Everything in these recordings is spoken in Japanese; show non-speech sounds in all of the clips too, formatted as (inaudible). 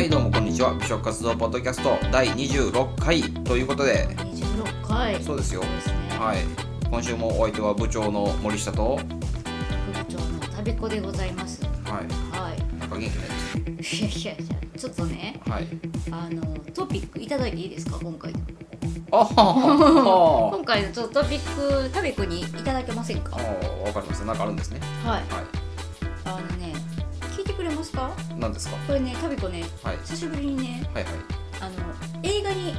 ちは美食活動ポッドキャスト第26回ということで26回そうですよそうですねはい今週もお相手は部長の森下とはい副部長のたべこでございますはなんか元気ないですねいいやいやいやちょっとねはいあのトピックいただいていいですか今回あはは今回のちょっとトピックたべこにいただけませんかあはいーわかりましたなんかあるんですねはあのね聞いてくれますかい何ですかこれねたべこねはい久しぶりにねはいはいあの映画に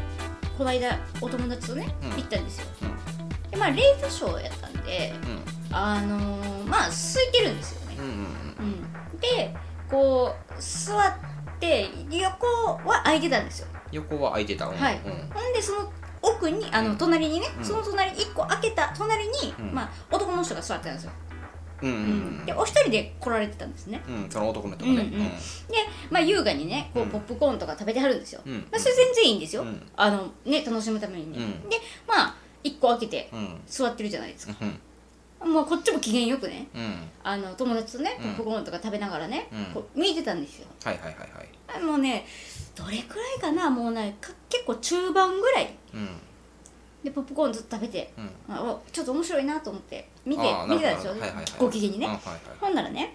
この間お友達とね、うん行ったんですようんでまあレイトショーやったんであのーまあ空いてるんですよねうんうんうん、でこう座って横は空いてたんですよ横は空いてたうんはいうんほんでその奥にあの隣にね、うんその隣1個開けた隣に、うんまあ、男の人が座ってたんですよ、うんうんでお一人で来られてたんですねうんうんその男の人がねうんうんで、まあ、優雅にねこううんポップコーンとか食べてはるんですよ、うんまあ、それ全然いいんですよ、うんあのね楽しむためにね、うんでまあ1個開けてうんうん座ってるじゃないですか、うんもうこっちも機嫌よくねうんあの友達とねうんポップコーンとか食べながらね、うんこう見てたんですよはいはいはいはいあもうねどれくらいかなもうねか結構中盤ぐらいうんでポップコーンずっと食べて、うんあおちょっと面白いなと思って見てあー見てたなんるほですどよ、はいはいはいご機嫌にね、うんはいはいほんならね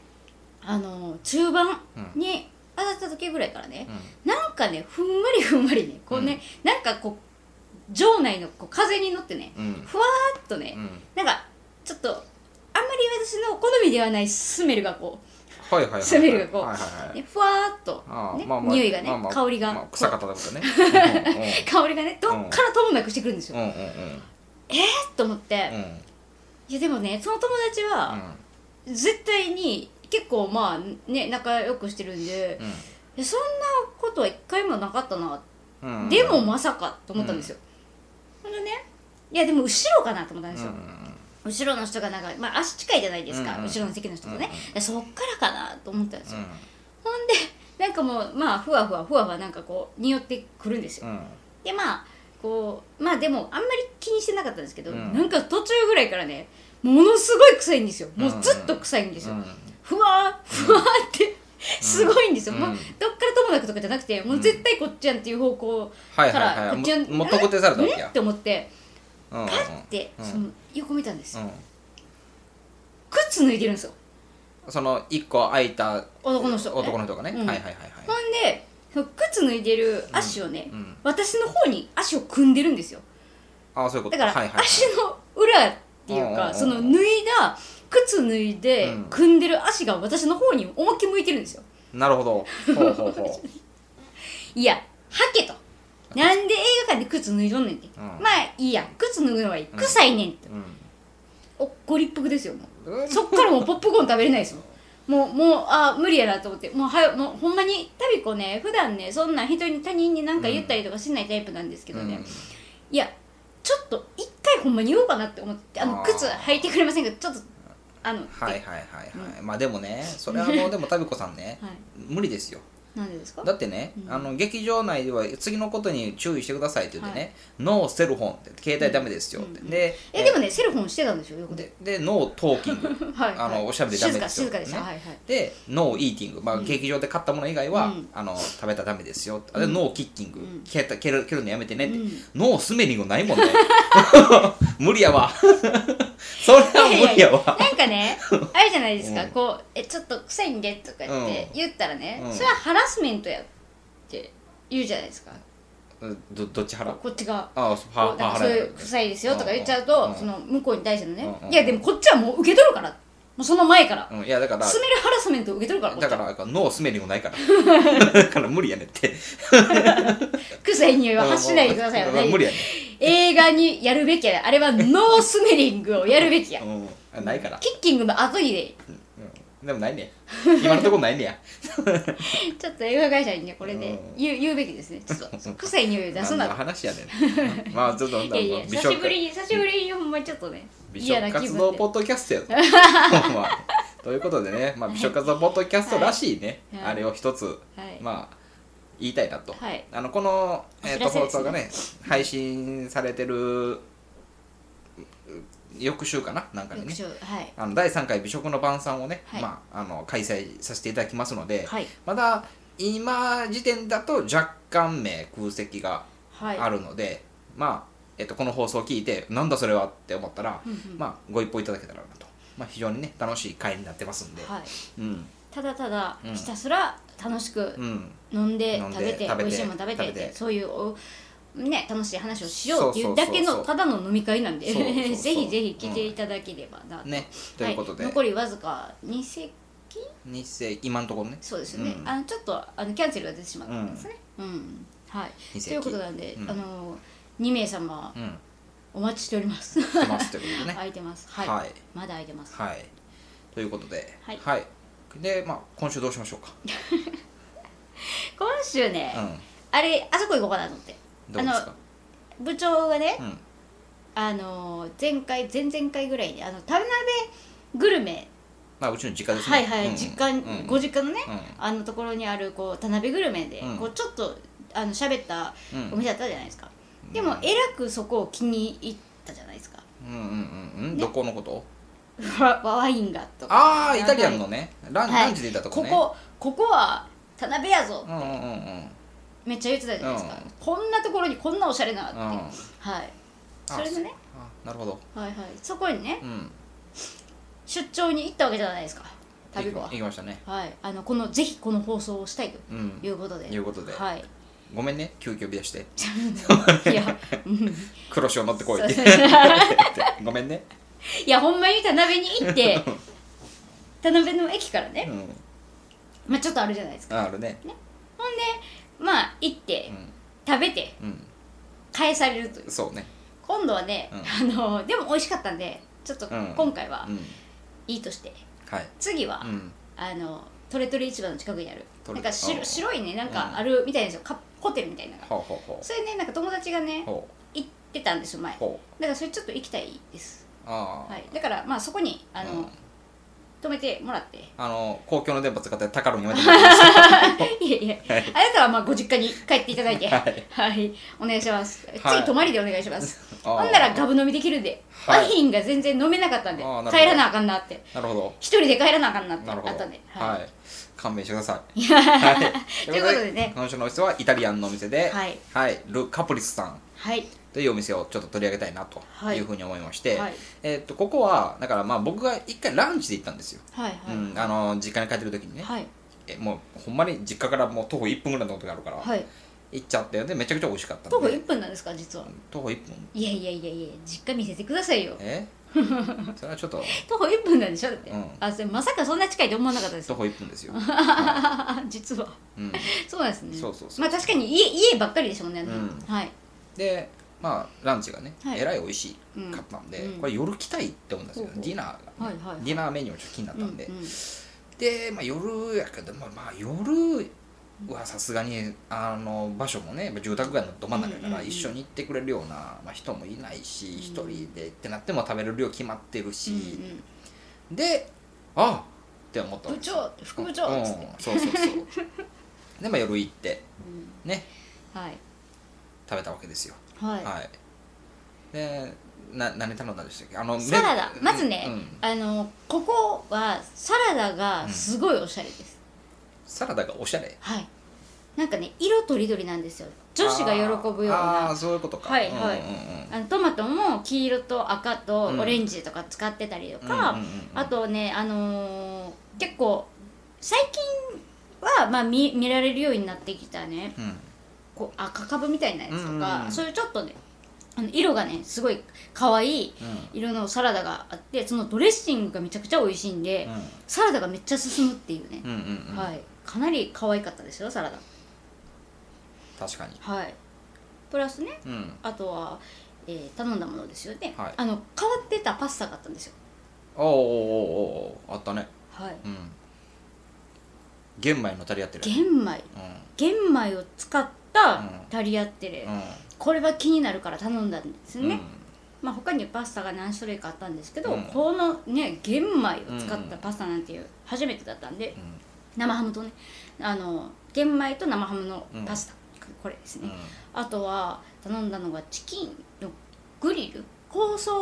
あのー中盤うんに当たった時ぐらいからねう、んなんかねふんわりふ (laughs) んわりねこうね、なんかこう場内のこう風に乗ってねうんふわーっとね、うんなんかちょっとあんまり私の好みではないスメルがこはいはいはいはい。スメルがこうはいはいはう、いね、ふわーっとあ、あねまあまあ匂いがね、まあまあ香りが、まあ臭かったってことね。香りがねどっからともなくしてくるんですうよ、んうんうんと思って、うんうんいやでもねその友達は絶対に結構まあね仲良くしてるんでいやそんなことは一回もなかったな、うんうんうん。でもうんまさかと思ったんですよ、ほんでねいやでも後ろかなと思ったんですよ、後ろの人がなんか、まあ、足近いじゃないですか、うんうん後ろの席の人とね、うんうんいやそっからかなと思ったんですよ、ほんでなんかもうまあふわふわふわふわなんかこう匂ってくるんですようんうんでまあこうまあでもあんまり気にしてなかったんですけど、うんなんか途中ぐらいからねものすごい臭いんですよもうずっと臭いんですうよ、んふわーふわーって、すごいんですよ、うんまあ、どっからともなくとかじゃなくてもう絶対こっちやんっていう方向はいかはいらはい。こっちやん、ももっと固定されたわけえやっ。て思ってうんうんパッてうんその横見たんですよ、う靴脱いでるんですよん。その一個空いた男の人男の人がね。うはんいはいはいほはんい。でその靴脱いでる足をね、うん私の方に足を組んでるんですよああそういうこと。だからはいはいはい足の裏っていううんうんうかんその脱いだ靴脱いでうん組んでる足が私の方に思いっきり向いてるんですよなるほど。ほう (laughs) ほうほう。いやはけとなんで映画館で靴脱いどんねんって、うんまあいいや靴脱ぐのはいいん臭いねんって、うおご立腹ですよもん。うそっからもう (laughs) ポップコーン食べれないですよもうもうあ無理やなと思ってもうはよもうほんまにタビコね普段ねそんな人に他人に何か言ったりとかしないタイプなんですけどね、いやちょっと一回ほんまに言おうかなって思ってあのあー靴履いてくれませんかちょっとあのはいはいはいはい、まあでもねそれはもうでもタビコさんね、はい無理ですよなんでですかだってね、うんあの劇場内では次のことに注意してくださいって言ってね「ノーセルフォン」って携帯ダメですよって、うんうんでえでもねセルフォンしてたんですよ横でででノートーキング (laughs) はい、あのおしゃべりダメですよ静か静かでした、ねはいはいでノーイーティング、まあ、劇場で買ったもの以外は、うんあの食べたらダメですよあでノーキッキング、ん蹴った蹴る蹴るのやめてねって、うんノースメリングないも (laughs) んね無理やわ (laughs) それは無理やわなん (laughs) かねあれじゃないですか、うんこう「えちょっと臭いんで」とか言ってうん言ったらね、うんそれはハラスメントやって言うじゃないですかどどっち払うこっちが。ああこはうなんかそういう臭いですよとか言っちゃうと、うんその向こうに対してのね、うんうんいやでもこっちはもう受け取るからもうその前から、うん、いやだからスメルハラスメントを受け取るからこっだちかはらノースメリングないから (laughs) だから無理やねんって臭い匂いは発しないでくださいようん無ね理やね映画にやるべきやあれはノースメリングをやるべきやん、うん、ないから、キッキングの後にねうん、でもないね今のところないね (laughs) やちょっと映画会社にねこれね、うん言う言うべきですねちょっと臭い匂いを出す何なとの話やね (laughs) んまあちょっといやいやまあ久しぶりに久しぶりにほんまにちょっとね美嫌食な気活動分でポッドキャストやぞ (laughs) ほんまということでね、まあ、美食活動ポッドキャストらしいね、はいあれを一つ、はいまあ言いたいなと、はいあのこの、えー、とお知らせ放ですね送がね配信されてる翌週かななんかに翌ね週はいあの第3回美食の晩餐をね、はいまあ、あの開催させていただきますので、はいまだ今時点だと若干名空席がはいあるので、まあ、えっと、この放送を聞いてなんだそれはって思ったら、まあ、ご一報いただけたらなと、まあ、非常にね楽しい回になってますんで、はい、うんただただうんひたすら楽しくうん飲んで飲んで食べて食べて美味しいもの食べて食べてそういうおね、楽しい話をしようっていそううそうだそうそうけのただの飲み会なんでそうそうそう (laughs) ぜひぜひ来ていただければなと、ねということで、はい、残りわずか2席日清今のところねそうですよね、うんあのちょっとあのキャンセルが出てしまったんですね、うんはい、二と席いうことなんで、うんあの2名様うんお待ちしております来てますということでね (laughs) 空いてますはい、はいまだ空いてますはいということではいでまあ今週どうしましょうか今週ね、うあれあそこ行こうかなと思ってんどうですか部長がね、うんあの前回前々回ぐらいにあの田辺グルメ、まあうちの実家ですねはいはい、うん実家、うんご実家のね、うんあのところにあるこう田辺グルメで、うんこうちょっとあの喋ったうんお店だったじゃないですか、うんでもえらくそこを気に入ったじゃないで (laughs) すかうんうんうんうんどこのことわワインがとかああイタリアンのねランはいランチでいたとここねこここは田辺やぞ、うんうんうんうんめっちゃ言ってたじゃないですか、うんこんなところにこんなおしゃれなっうて、んはいあそれでねあなるほどはいはいそこにねうん出張に行ったわけじゃないですか旅子は行きましたねはい、あのこのぜひこの放送をしたいとうんいうことで、いうことではい、ごめんね急遽呼び出して (laughs) いや、うん黒潮乗ってこいってそう (laughs) ごめんねいやほんまに田辺に行って、田辺の駅からうね、んまあちょっとあるじゃないですか。ああるねほんで、まあ行ってう、ん食べて、うん返されるという。そうね今度はね、うあのでも美味しかったんで、ちょっとうん今回はうんいいとして、はい次は、うんあのトレトレ市場の近くにある、トなレんかあ白あ白いね、なんうんかあるみたいなんですよ、カホテルみたいなのが。ほうほうほそれね、なんか友達がうね、ほ行ってたんですよ、前。うだほからそれちょっと行きたいです。うああはい、だからまあそこにあの、うん止めてもらってあの公共の電波使って高野に置いてもらいました (laughs) いやいやはいあなたはまあご実家に帰っていただいてははいい、お願いしますはい次泊まりでお願いしますあーほんならガブ飲みできるんではいワインが全然飲めなかったんであーなるほど帰らなあかんなってなるほど一人で帰らなあかんなってなあるほどったんで、はい、はい勘弁してください、はい、 (laughs) ということでね今週のお店はイタリアンのお店で、はいル・カプリスさんはいというお店をちょっと取り上げたいなとはいいうふうに思いまして、はいえっとここはだからまあ僕が一回ランチで行ったんですよ、はいうん、あの実家に帰ってる時にね、はいえもうほんまに実家からもう徒歩1分ぐらいのとこがあるから、はい行っちゃってでめちゃくちゃ美味しかったんで徒歩1分なんですか実は徒歩1分いやいやいやいや実家見せてくださいよえそれはちょ (laughs) っと徒歩1分なんでしょだって、うんあそれまさかそんな近いと思わなかったです徒歩1分 (laughs) ですよ、実はうん、 (laughs) そうなんですねそうそうそうまあ確かに家家ばっかりでしょうね、うんはいでまあランチがね、はいえらい美味しうんかったんで、うんこれ夜来たいって思うんですよ、ほうほうディナーがね、はいはいはいディナーメニューもちょっと気になったんで、うんうんで、まあ、夜やけど、まあ、まあ夜はさすがにあの場所もねやっぱ住宅街のど真ん中やかうんらうんうん一緒に行ってくれるような、まあ、人もいないし一人でってなっても食べれる量決まってるし、うであって思ったんうんん、部ですよ長副部長うん、つそって、うそうそう (laughs) で、まあ、夜行ってうんねはい食べたわけですよはい、はい。で、な何頼んだんでしたっけ？あのサラダめまずね、うんあのここはサラダがすごいおしゃれです、サラダがおしゃれ。はいなんかね色とりどりなんですよ女子が喜ぶようあーあーなそういうことか。はいはいうんうんうんあのトマトも黄色と赤とうんオレンジとか使ってたりとうか、んうんうんうんあとねあのー結構最近は、まあ、見見られるようになってきたねうんこう赤株みたいなやつとうんうんか、うんそういうちょっとねあの色がねすごい可愛い色のサラダがあってそのドレッシングがめちゃくちゃ美味しいんで、うんサラダがめっちゃ進むっていうね、うんうんうん。はいかなり可愛かったですよサラダ確かに。はいプラスねうん。あとは、えー頼んだものですよね、はいあの変わってたパスタがあったんですよおーおーおーおーあったね。はいうん。玄米のタリアってる。玄米う玄米を使っうたんタリアッテレ、ん。これは気になるから頼んだんですうね、ん。まあ、他にパスタが何種類かあったんですけど、うんこのね玄米を使ったパスタなんていう初めてだったんで、ん生ハムとねあの玄米と生ハムのパスタ、これですうね、ん。あとは頼んだのがチキンのグリル香草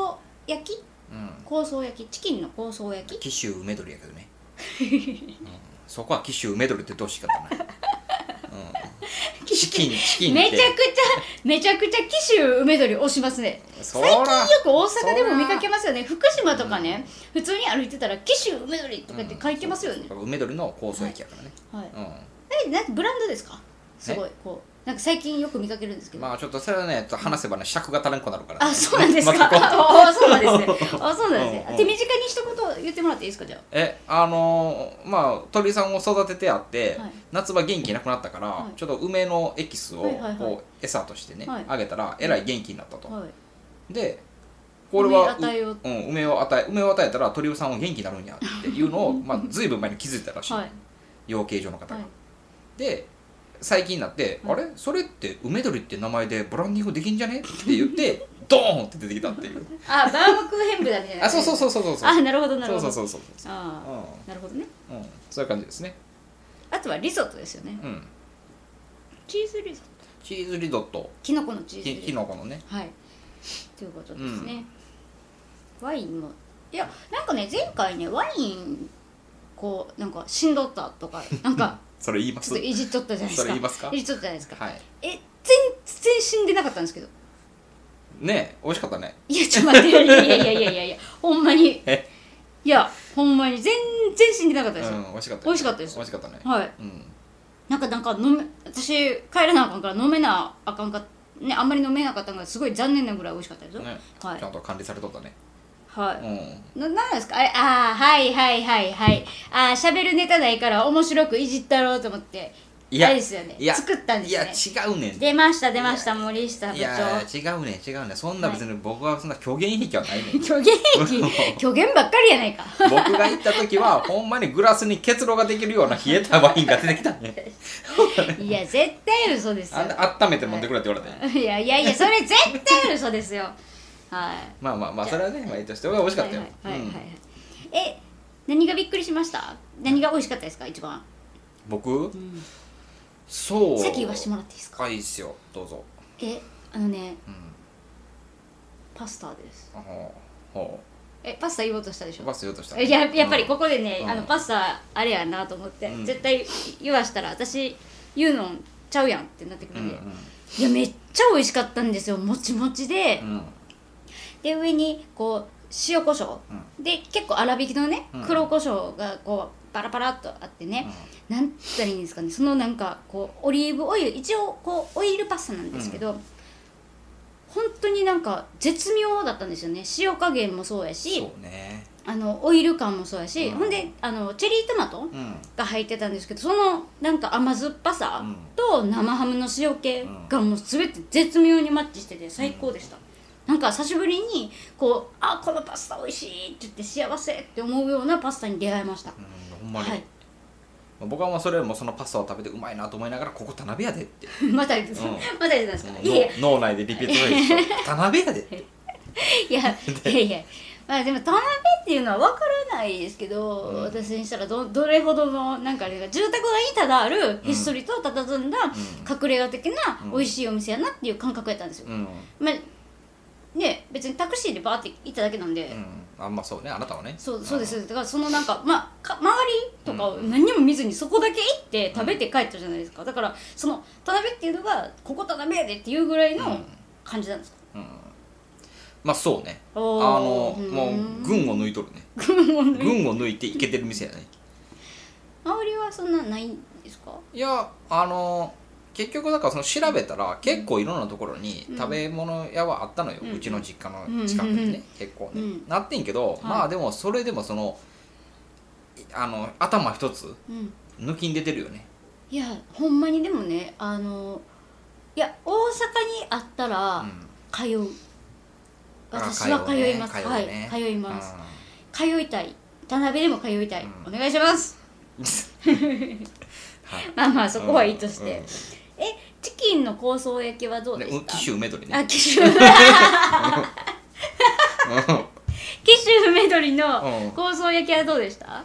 焼きうん。香草焼きチキンの香草焼き紀州梅鶏やけどね。うんそこは紀州梅鶏ってどうしかったな。チキンチキンめっちてゃくちゃめちゃくちゃ紀州梅鶏推しますねそ最ら近よく大阪でも見かけますよね福島とかね、普通に歩いてたら紀州梅鶏とかって書いてますよね、梅鳥の構想駅やからね、はいうんえなんかブランドですかすごいこうなんか最近よく見かけるんですけど、まあちょっとそれはね、話せばね、尺が足らんくなるから、あそうな (laughs) んですか、またこうああそうな (laughs) んですねあそうなんですねうんうん手短に一言言ってもらっていいですかじゃえ、あのーまあ鳥さんを育ててあって、はい夏場元気なくなったから、はいちょっと梅のエキスをはいはいはいこう餌としてね、はいあげたらえらい元気になったと。あはいで、これは梅与えようう、ん、梅を与え梅を与えたら鳥さんは元気になるんやっていう (laughs) のをまあずいぶん前に気づいたらしい、はい養鶏場の方が。はいで最近になって、はいあれそれって梅鳥って名前でブランディングできんじゃねって言ってドーンって出てきた (laughs) っていう。あバームクーヘン部だみたいなあ、そうそうそうそうそうそう。あなるほどなるそうほそどうそうそう。ああうなるほどねん、うん、そういう感じですね。あとはリゾットですよねうん、チーズリゾットチーズリゾット、きのこのチーズきリゾきのットこのね。はい。ということですね。ワインもいやなんかね前回ねワインこうなんかしんどったとかなんかそれ言いまちょっといじっとったじゃないで (laughs) すそか。れ言いますかいじっとったじゃないですか。はい。え全然死んでなかったんですけど。ねえ、美味しかったね。いやちょっと待っていやいやいやいやいやいやほんまにえいやほんまに全然死んでなかったうですよ。ん、美味しかった。美味しかったです美味しかったね。はい。うん。なんかなんか飲め私帰らなあかんから飲めなあかんかねあんまり飲めなかったのがすごい残念なぐらい美味しかったですよ。ね、はいちゃんと管理されとったね。はい。うん。ななんですかあれあーはいはいはいはいあーしゃべるネタないから面白くいじったろうと思っていやあれですよねいや作ったんでいや、違すねうねん。出ました出ました森下部い長や、違うねん、違うねん。そんな別に僕はそんな虚言癖はないねん。 (laughs) 虚言癖 (laughs) 虚言ばっかりやないか僕が行った時 (laughs) は、ほんまにグラスに結露ができるような冷えたワインが出てきた (laughs) ね。いや絶対嘘ですよあんな温めて飲んでくれって言われたよ (laughs) いやいやいやそれ絶対嘘ですよはいまあまあまあ、それはね、まあ、いいとして、俺は美味しかったよ。はいはいはい、はうんいえ何がびっくりしました何が美味しかったですか一番、僕うん、そう。さっき言わしてもらっていいですかはい、いいっすよ。どうぞ。えあのねうん。パスタですあほうほえパスタ言おうとしたでしうょバス言おうとしたややっぱりこここでね、うんあのパスタあれやなと思って、うん絶対言わしたら私言うのんちゃうやんってなってくうるんんで、いやめっちゃ美味しかったんですよもちもちで、うんで上にこう塩コショウ、で結構粗挽きのねうん黒コショウがこうパラパラっとあってね、なんて言ったらいいんですかねそのなんかこうオリーブオイル一応こうオイルパスタなんですけど、本当になんか絶妙だったんですよね塩加減もそうやしそうねあのオイル感もそうやし、うんほんであのチェリートマトうんが入ってたんですけどそのなんか甘酸っぱさうんと生ハムの塩気がもう全て絶妙にマッチしてて最高でした、なんか久しぶりにこう「あこのパスタ美味しい」って言って幸せって思うようなパスタに出会いました、うんほんまにはい (laughs) 僕はもうそれよりもそのパスタを食べてうまいなと思いながらここ田辺やでってまた、また言ってたんですか、うんいやいや脳脳内でリピートするでしょ田辺やでっていや (laughs) いやいやまあでも田辺っていうのは分からないですけど、うん私にしたらどどれほどのなんかあれが住宅街にただあるひっそりと佇んだう隠れ家的なうん美味しいお店やなっていう感覚やったんですよ、うんまあね別にタクシーでバーって行っただけなんで、うんあんまあそうねあなたはねそうそうですんだからそのなんか,、まあ、か周りとかを何にも見ずにそこだけ行って食べて帰ったじゃないですかだからその田辺っていうのがここ田辺やでっていうぐらいの感じなんですか、うんまあそうねあおのーうんもう群を抜いとるね群を抜いていけてる店やね周りはそんなないんですかいやあの結局だからその調べたら結構いろんなところにうん食べ物屋はあったのよ、ううんちの実家の近くにね、うんうんうん結構ね、うんなってんけど、いまあでもそれでもそのいあの頭一つうん抜きに出てるよねいやほんまにでもねあのいや大阪にあったら通う、私は通います、通うはいね通いうんます、通いたい田辺でも通いたい、うんお願いしますはいまあまあそこはいいとして、うんチキンの香草焼きはどううんでねしうた紀州梅鶏ねあ紀 (laughs) 州 (laughs) 紀州梅鶏のうん香草焼きはどうでした、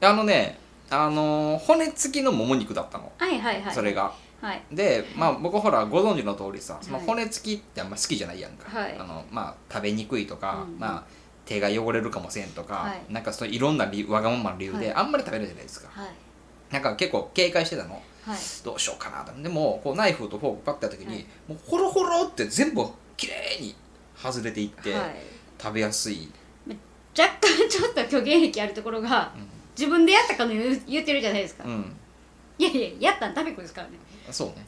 あのねあのー骨付きのもも肉だったの、はいはいはいそれがはいでまあ僕ほらご存知の通りさそのはい骨付きってあんま好きじゃないやんか、はいあのまあ、食べにくいとか、うんまあ、手が汚れるかもせんとか、はいなんかそういろんな理由わがままの理由で、はいあんまり食べるじゃないですかはいなんか結構警戒してたの、はいどうしようかなとでもこうナイフとフォークパッてやった時に、もうホロホロって全部きれいに外れていって、はい食べやすい若干ちょっと虚言癖あるところが、うん自分でやったかのように言ってるじゃないですか、うんいやいややったん食べっ子ですからねそうね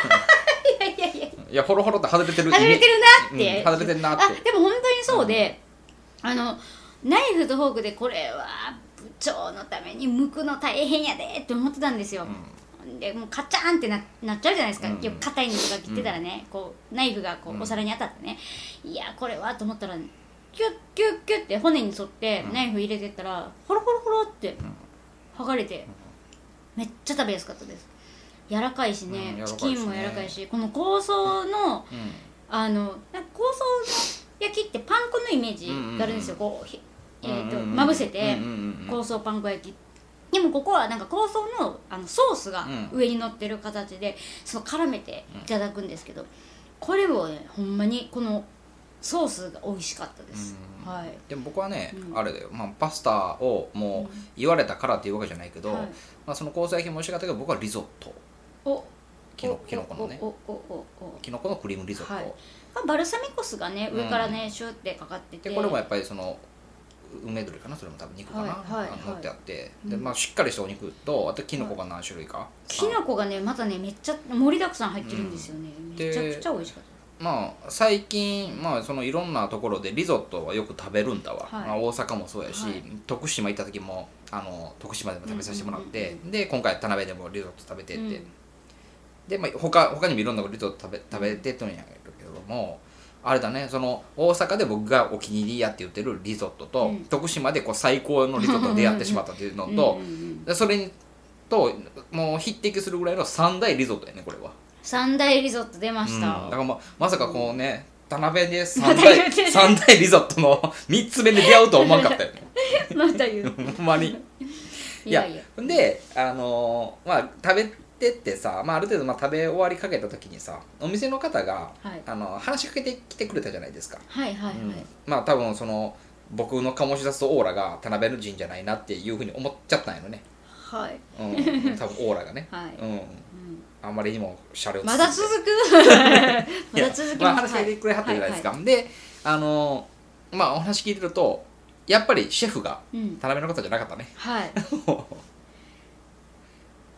いやいやいやいやホロホロって外れてる (laughs) 外れてるなって、うん外れてるなってあでも本当にそうで、あのナイフとフォークでこれは部長のために剥くの大変やでって思ってたんですよ、でもうカチャーンってななっちゃうじゃないですか、うんいや硬いのとか切ってたらね、こうナイフがこうんうお皿に当たってね、いやこれはと思ったらキュッキュッキュッって骨に沿ってうんナイフ入れてったら、ホロホロホロってん剥がれて、めっちゃ食べやすかったです柔らかいしね,、うん柔らかいですチねキンも柔らかいしこの香草のうんうんあのなんか香草の焼きってパン粉のイメージがあるんですよ、こうひえーとうんうんうんまぶせて、うんうんうん香草パン粉焼きでもここはなんか香草のあのソースがうん上に乗ってる形で、その絡めていただくんですけどこれをねほんまにこのソースが美味しかったです、うんはいでも僕はね、うんあれだよ、まあ、パスタをもう言われたからっていうわけじゃないけど、はいまあ、その香草焼きも美味しかったけど僕はリゾットおキノキノコのねおおおおおきのこのクリームリゾット、はいまあバルサミコ酢がね上からね、シューってかかっててでこれもやっぱりその梅鶏かなそれも多分肉かな、はいはいはいあの乗ってあって、うんでまあ、しっかりしたお肉とあときのこが何種類か、きのこがねまたねめっちゃ盛りだくさん入ってるんですよね、でめちゃくちゃ美味しかっまあ、最近、まあ、そのいろんなところでリゾットはよく食べるんだわ、はいまあ、大阪もそうやし、はい徳島行った時もあの徳島でも食べさせてもらって、で今回田辺でもリゾット食べてって、うんで、まあ、他他にもいろんなリゾット食べ食べてとんやけどもあれだねその大阪で僕がお気に入りやって言ってるリゾットと、うん徳島でこう最高のリゾットに出会ってしまったっていうのた、と、うんうんうんでそれにともう匹敵するぐらいの三大リゾットやねこれは。三大リゾット出ました、うんだからままさかこうね田辺でま三 (laughs) た言う大てる三大リゾットの (laughs) 3つ目で出会うとは思わんかったよね (laughs) また言うほんまに (laughs) いいややいやであのーまあ食べてってさ、まあ、ある程度まあ食べ終わりかけた時にさお店の方が、はいあの話しかけてきてくれたじゃないですか、はいはいはい、うんまあ多分その僕の醸し出すオーラが田辺の人じゃないなっていうふうに思っちゃったんやろね、はい、、うん、多分オーラがねはいうん、うんあんまりにもシャレをつつ (laughs) まいてだ続くまだ続きまあ、ま話す、聞いてくれはったじゃないですか、であのーまあお話聞いてるとやっぱりシェフがはいはいうん田辺の方じゃなかった (laughs) ねはい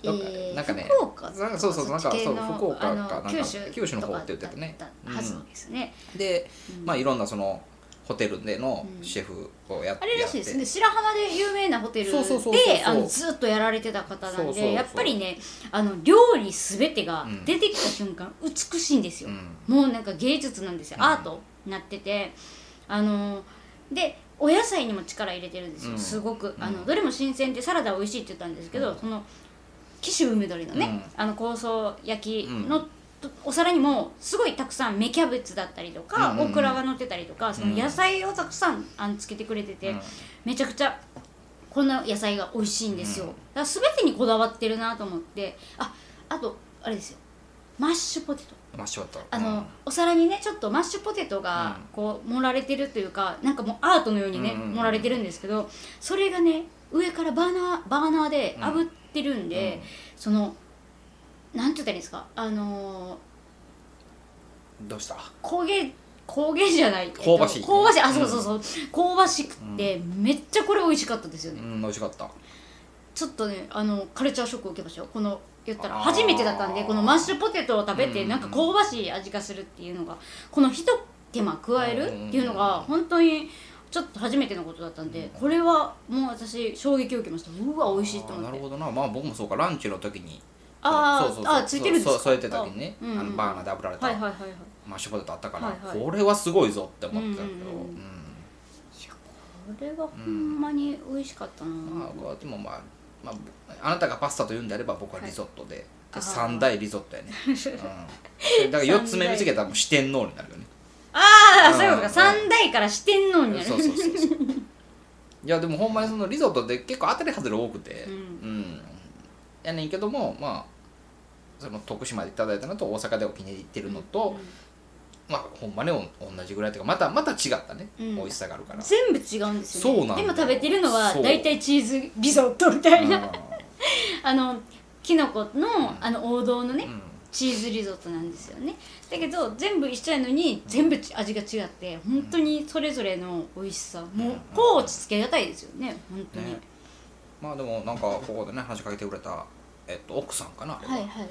どっかえーなんかね福岡なんかそうそうなんかそう福岡かなんか九州九州の方とかって言ってたねだったはずですね、で、うんまあいろんなそのホテルでのシェフをやっあて、れらしいですね白浜で有名なホテルそうそうそうそうそうであのずっとやられてた方なんでそうそうそうやっぱりねあの料理すべてが出てきた瞬間、美しいんですよ、うもうなんか芸術なんですよ、うんアートになっててあのでお野菜にも力入れてるんですよ、うんすごくうんあのどれも新鮮でサラダ美味しいって言ったんですけど、うんその紀州梅鶏のね、あの香草焼きの、うとお皿にもすごいたくさん芽キャベツだったりとか、うんうんうんオクラが乗ってたりとかそのうん野菜をたくさんあのつけてくれてて、うんめちゃくちゃこんな野菜が美味しいんですよ、うんだから全てにこだわってるなと思ってああとあれですよマッシュポテトまあしまったあの、お皿にねちょっとマッシュポテトがうんこう盛られてるというかなんかもうアートのようにね、うんうんうん盛られてるんですけどそれがね上からバーナーバーナーで炙ってるんで、うんそのなんて言ったらいいんですかあのーうんどうした焦げ焦げじゃない香ばしいえっと香ばしいあそうそうそう、香ばしくってめっちゃこれ美味しかったですようね、ん美味しかったちょっとねあのカルチャーショックを受けましたよこの言ったらあー初めてだったんでこのマッシュポテトを食べうんうんてうんなんか香ばしい味がするっていうのがこのひと手間加えるっていうのがう本当にちょっと初めてのことだったんでこれはもう私衝撃を受けましたうわ美味しいあーと思なっるてほどなまあ僕もそうかランチの時にあそうそーうそうあーついてるんですかそうそうやってた時にねあうんうんのバーナーで炙られはいはいたはいはいいマッシュポテトあったから、はいはいこれはすごいぞって思ってたけど、うんうんううんんやこれはほんまに美味しかったな、まあ、僕はでもまあ、まあ、あなたがパスタと言うんであれば僕はリゾットで,、あーで三大リゾットや (laughs) ね、うん、だから4つ目見つけたらもう四天王になるよねああそういううことかん三代から四天王になるそうそうそうそういやでもほんまにそのリゾットって結構当たり外れ多くてうんやねんけどもまあその徳島でいただいたのと大阪でお気に入りってるのと、まあほんまにお同じぐらいというかまたまた違ったね、うん美味しさがある (laughs) から、全部違うんですよ、ね、そうなんだよでも食べてるのはそう大体チーズリゾットみたいな、うんあのきのこのあの王道のね、うんチーズリゾットなんですよねだけど全部一緒やのに全部味が違って本当にそれぞれの美味しさもうこう落ち着けがたいですよね本当に、ねまあでもなんかここでね話しかけてくれた、えっと、奥さんかな、あれははいはい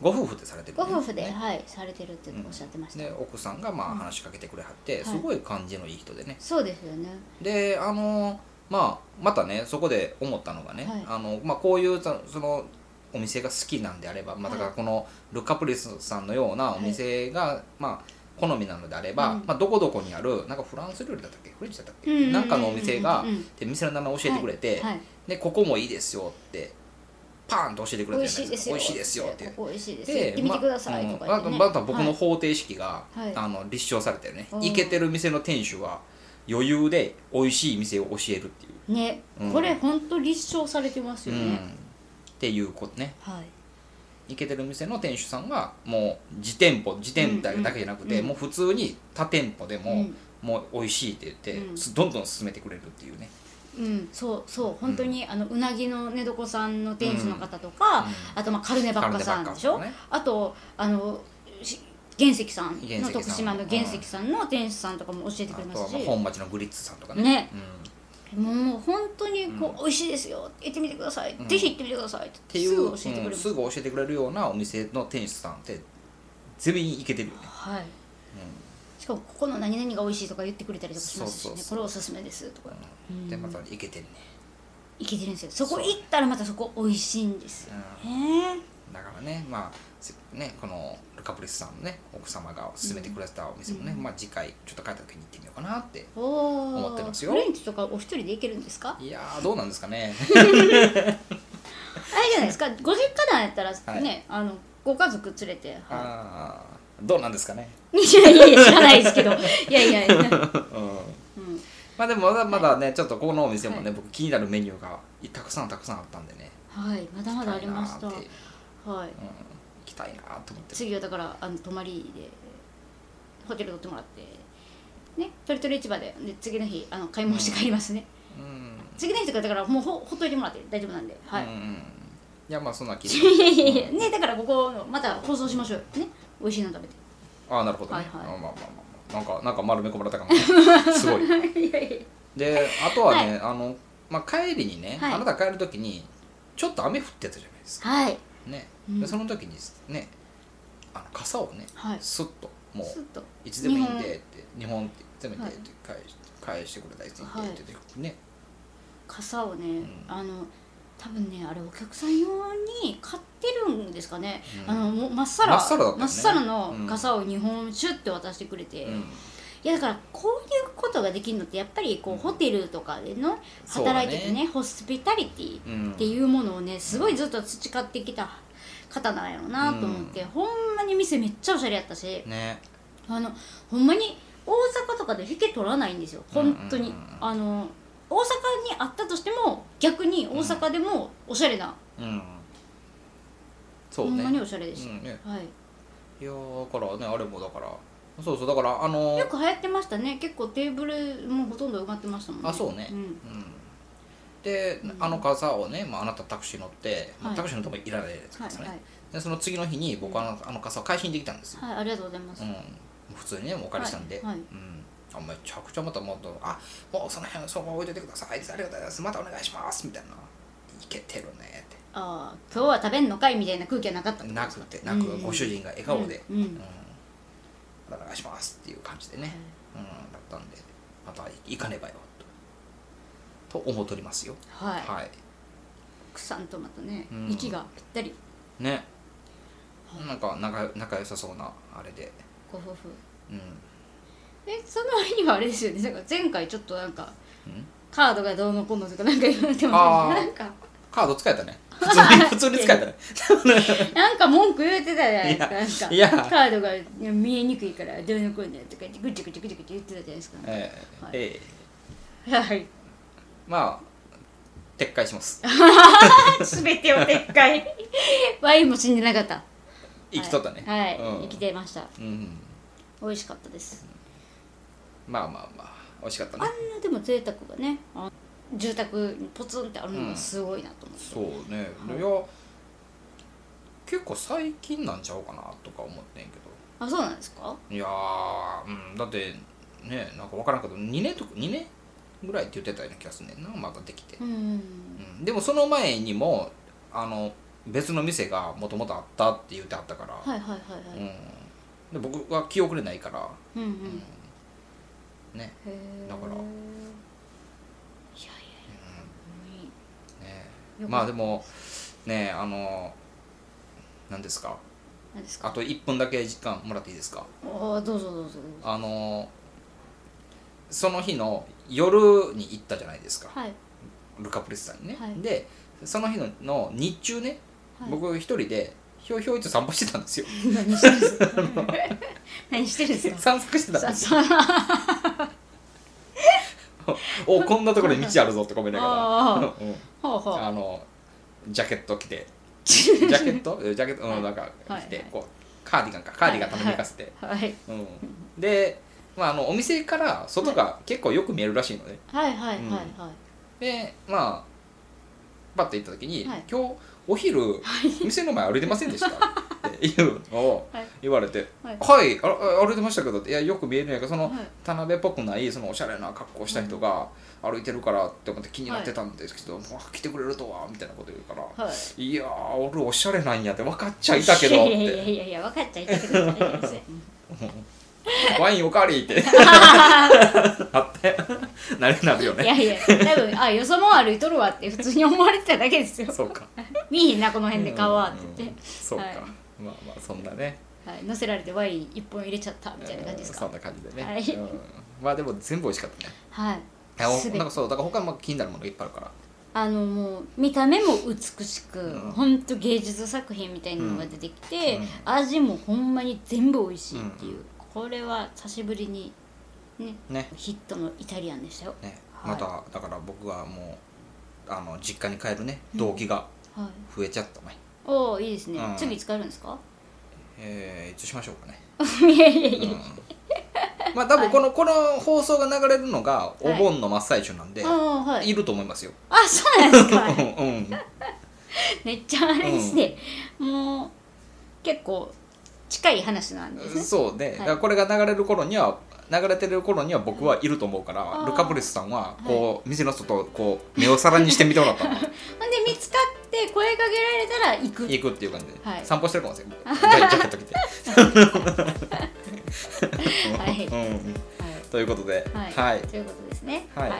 ご夫婦でされてるごのね夫婦で、ねはいされてるっておっしゃってました、で奥さんがまあ話しかけてくれはって、はいすごい感じのいい人でね、そうですよねであのまあまたねそこで思ったのがね、はいあのまあ、こういうそそのお店が好きなんであれば、まあ、だからこのルカプリスさんのようなお店が、まあ好みなのであれば、うんまあ、どこどこにあるなんかフランス料理だったっけフレンチだったっけ、うんうんうんうんなんかのお店が、うんで店の名前教えてくれて、はいでここもいいですよってパーンと教えてく美れた味じしゃないいでですすかよ美味しいですよってここ美味しいですよ行でってみてくださいまとあかうんあと言ってねまた僕のはい方程式が、はいあの立証されたよねうん行けてる店の店主は余裕で美味しい店を教えるっていう、ね、うんこれ本当立証されてますうよん、っね、ていうことねはい行けてる店の店主さんがもう自店舗自店舗だけじゃなくて、うんもう普通に他店舗でも、うんもう美味しいって言って、うんどんどん進めてくれるっていうね、うん、そうそう本当に、あのうなぎの寝床さんの店主の方とか、あとまあカルネバッカさんでしょ、カルネバッカさんねあとあのし原石さん原石のさん徳島の原石さんの店主さんとかも教えてくれあまとはすまあし、本町のグリッツさんとかねねうん、っもう本当にこう、美味しいですよ行ってみてください、んぜひ行ってみてくださいっていうすぐ教えてくれうんます、すぐ教えてくれるようなお店の店主さんって全員行けてるよねはい、しかもここの何々が美味しいとか言ってくれたりとかしますしねそうそうそうこれおすすめですとか、でまた行けてるね、いけてるんですよそこ行ったらまたそこ美味しいんですようんね、だからねまあせねこのルカプリスさんのね奥様が勧めてくれたお店もね、まあ次回ちょっと帰った時に行ってみようかなっておお思ってますよフレンチとかお一人で行けるんですかいやーどうなんですか (laughs) ねあれじゃないですかご実家団やったらね、はいあのご家族連れて、はあーどうなんですかねい、いやいやいや知らないです (laughs) けどいやいやいや、うん、まあでもまだまだね、ちょっとこのお店もね、は僕気になるメニューがたくさんたくさんあったんでねはいまだまだありました行きたいなーってはいうん、行きたいなーと思って次はだからあの泊まりでホテル取ってもらってね鳥取市場でで次の日あの買い物して帰りますね、うん次の日とかだからもうほほっといてもらって大丈夫なんではい、うんうんいやまあそんな気いやいやいや (laughs) ねだからここまた放送しましょうよね美味しいの食べてああなるほどね、はいはいあまあまあまあまあなんかなんか丸め込まれたかもすごいいやいやであとはね、あの、まあ、帰りにね、はいあなた帰る時にちょっと雨降ってたじゃないですかはいね、うんでその時にねあの傘をね、はいスッともうスッといつでもいいんでって日本って詰めてって返し,、返してくれたりしてはいって言ってね、傘をね、んあの多分ねあれお客さん用に買ってるんですかね、うんあのもうまっさらまっさらだったねまっさらうんの傘を2本シュッて渡してくれて、うんいやだからこういうことができるのってやっぱりこう、うんホテルとかでのそうだね働いててねホスピタリティうんっていうものをねすごいずっと培ってきた方なんやろうなと思って、うんほんまに店めっちゃおしゃれやったし、ねあのほんまに大阪とかで引け取らないんですよ本当に、うんうんうんあの大阪にあったとしても逆に大阪でもおしゃれな、うんそうほんねまにおしゃれでしうた、んねはい、いやーだからねあれもだからそうそうだからあのよく流行ってましたね結構テーブルもほとんど埋まってましたもんねあそうね、ううんん、で、あの傘をね、まあ、あなたタクシー乗って、まあはいタクシー乗ってもいらないですかはいらね、はい、でその次の日に僕はあの,、あの傘を回収にできたんですよ、はい、ありがとうございます、うん、普通にねお借りしたんで、はいはいうんあめちゃくちゃまたもっと「あもうその辺そこ置いといてください」ありがとうございますまたお願いします」みたいな「いけてるね」っああ今日は食べんのかいみたいな空気はなかったてなくてなく、うんご主人が笑顔で「うんうんまたお願いします」っていう感じでね、うん、だったんでまた行かねばよとと思っとりますよはい、はい、奥さんとまたね、うん息がぴったりねなんか仲よ仲良さそうなあれでご夫婦うんえその割にはあれですよねなんか前回ちょっとなんかうんカードがどうのこうのとかなんか言われてあまーしたねなんかカード使えた (laughs) ね普通に普通に使えたねなんか文句言ってたじゃないですかいやなんかカードが見えにくいからどうのこうのとか言ってぐちゃぐちゃぐちゃぐちゃ言ってたじゃないですか (laughs) ええはいええはいまあ撤回します全てを撤回 (laughs) ワインも死んでなかった生きとったねはい、はいうん、生きてましたうん美味しかったですまあまあまあ美味しかったあんねなでも贅沢がねあ住宅にポツンってあるのがすごいなと思って、そうね、い、や結構最近なんちゃうかなとか思ってんけどあそうなんですかいやー、うん、だってねなんか分からんけど2年とか2年ぐらいって言ってたような気がすんねんなまだできて、うんうん、でもその前にもあの別の店がもともとあったって言ってあったから、はいはいはいはういん、で僕は記憶でないから、うんうん、うんねへえだからいやいやいやねよかったまあでもねあの何ですか何ですかあと1分だけ時間もらっていいですかああどうぞどうぞどうぞあのその日の夜に行ったじゃないですか、はいルカプレスさんにね、はいでその日のの日中ね、はい僕一人でひょいひょいと散歩してたんですよ何してるんですか (laughs) 何してるんですか散策してたんさですさおこんなところに道あるぞとか思いなあがら、 (laughs) うんほうほうあのジャケット着 (laughs) てジャケットえジャケット、うん、なんかはい着て、はいこうカーディガンかカーディガン頼みかせて、はいうん、で、まあ、あのお店から外が結構よく見えるらしいのね、はいはいはいはいうんでまあパッと行った時に、はい今日お昼、店の前歩いてませんでしたっていうのをはい言われて「はいはい、ああ歩いてましたけど」っていやよく見えるんやけどその、はい田辺っぽくないそのおしゃれな格好した人が歩いてるからって思って気になってたんですけど「もう来てくれるとは」みたいなこと言うから「はいい、やー俺おしゃれなんや」って分かっちゃいたけどっいやいやていやいや分かっちゃいたけどじゃな (laughs) いですよ「ワインおかわり」ってあってなれなるよいねやいや多分あよそもん歩いとるわって普通に思われてただけです (laughs) よそうか見えひんなこの辺で顔はって言うんっうんて、そうか、はいまあまあそんなねはい、乗せられてワイン1本入れちゃったみたいな感じですそかんな感じでね、はいうんまあでも全部美味しかったねはいいやおすべなんかてそうだから他も気になるものがいっぱいあるからあのもう見た目も美しく、うんほんと芸術作品みたいなのが出てきて、うん味もほんまに全部美味しいっていう、これは久しぶりにねねヒットのイタリアンでしたよ、ね、はいまただから僕はもうあの実家に帰るね動機がはい、増えちゃったね、おおいいですね、うん次使えるんですかえー、一応しましょうかね、いやいやいや、うん、まあ多分この,、この放送が流れるのがお盆の真っ最中なんで、、ああはいいると思います (laughs) よ、あそうなんですかうんうんめっちゃあれですね、もう結構近い話なんですねそうで、いだからこれが流れる頃には流れてる頃には僕はいると思うから、あールカプレスさんはこう、店の外をこう目を皿にしてみてもらったのほんで見つかって声かけられたら行く行くっていう感じで、はい散歩してるかもしれない僕ジャジャケット着て、はいうん、はということでい、ははいい、ということですね、はい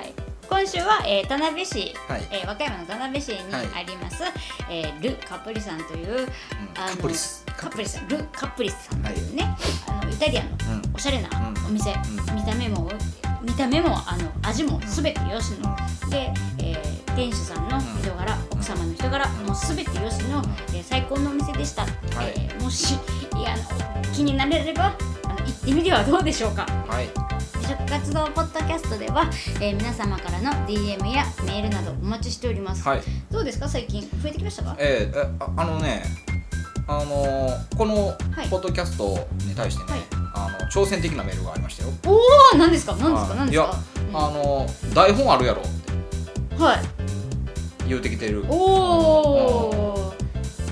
今週は、えー田辺市、はいえー和歌山の田辺市にはいあります、えール・カプリさんといううんあのカプリスカプリさんル・カプリさんというね、あのイタリアンのうんおしゃれなうんお店、ん見た目も見た目もあの味も全てよしの、で、えー店主さんの人柄、奥様の人柄、もう全てよしの、えー最高のお店でした、いえーもしいやあの気になれればあの行 (laughs) ってみてはどうでしょうかはい美食活動ポッドキャストでは、えー皆様からの DM やメールなどお待ちしております、はいどうですか最近増えてきましたかえーえああのねあのーこのはいポッドキャストに対してね、はいあの挑戦的なメールがありましたよ、おお何ですか何ですかはい何ですかいやあのー台本あるやろってうんはい言うてきてるおお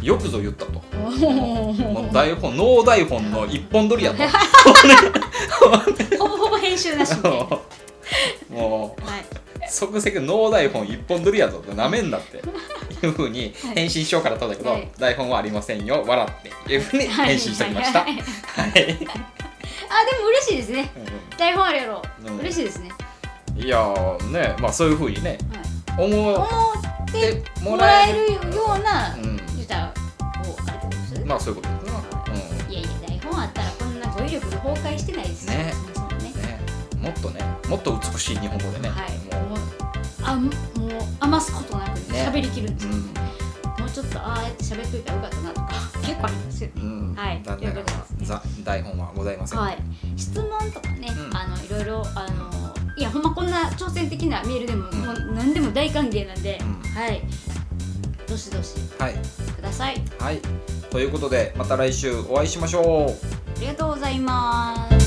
よくぞ言ったとおもう台本ノー台本の一本取りや (laughs) とほぼほぼ編集なしみたいなは (laughs) もうい即席ノー台本一本取りやぞってなめんなっていうふうにはい返信しようからとったけど、はい台本はありませんよ笑っていうふうに返信してきましたははいはいい、はいあでも嬉しいですね台本あるやろ、うん嬉しいですね、うんいやーねまあそういうふうにねはい、思っ思っててももららええるるようなうん歌をあれってことですまあそういうことですな、いやいや台本あったらこんな語彙力が崩壊してないですよねそもそもねうんね、もっとねもっと美しい日本語でね、はいももうあもう余すことなくねね喋、りきるんですう、よ、もうちょっとああやって喋っといたらよかった (laughs) なとか結構ありますよね、うんうん、はい残念ながというらことですねざ台本はございません、はい質問とかね、うんあのいろいろあのいやほんまこんな挑戦的なメールでも、うんもう何でも大歓迎なんで、うんはいどしどしはいくださいはい、ということでまた来週お会いしましょうありがとうございます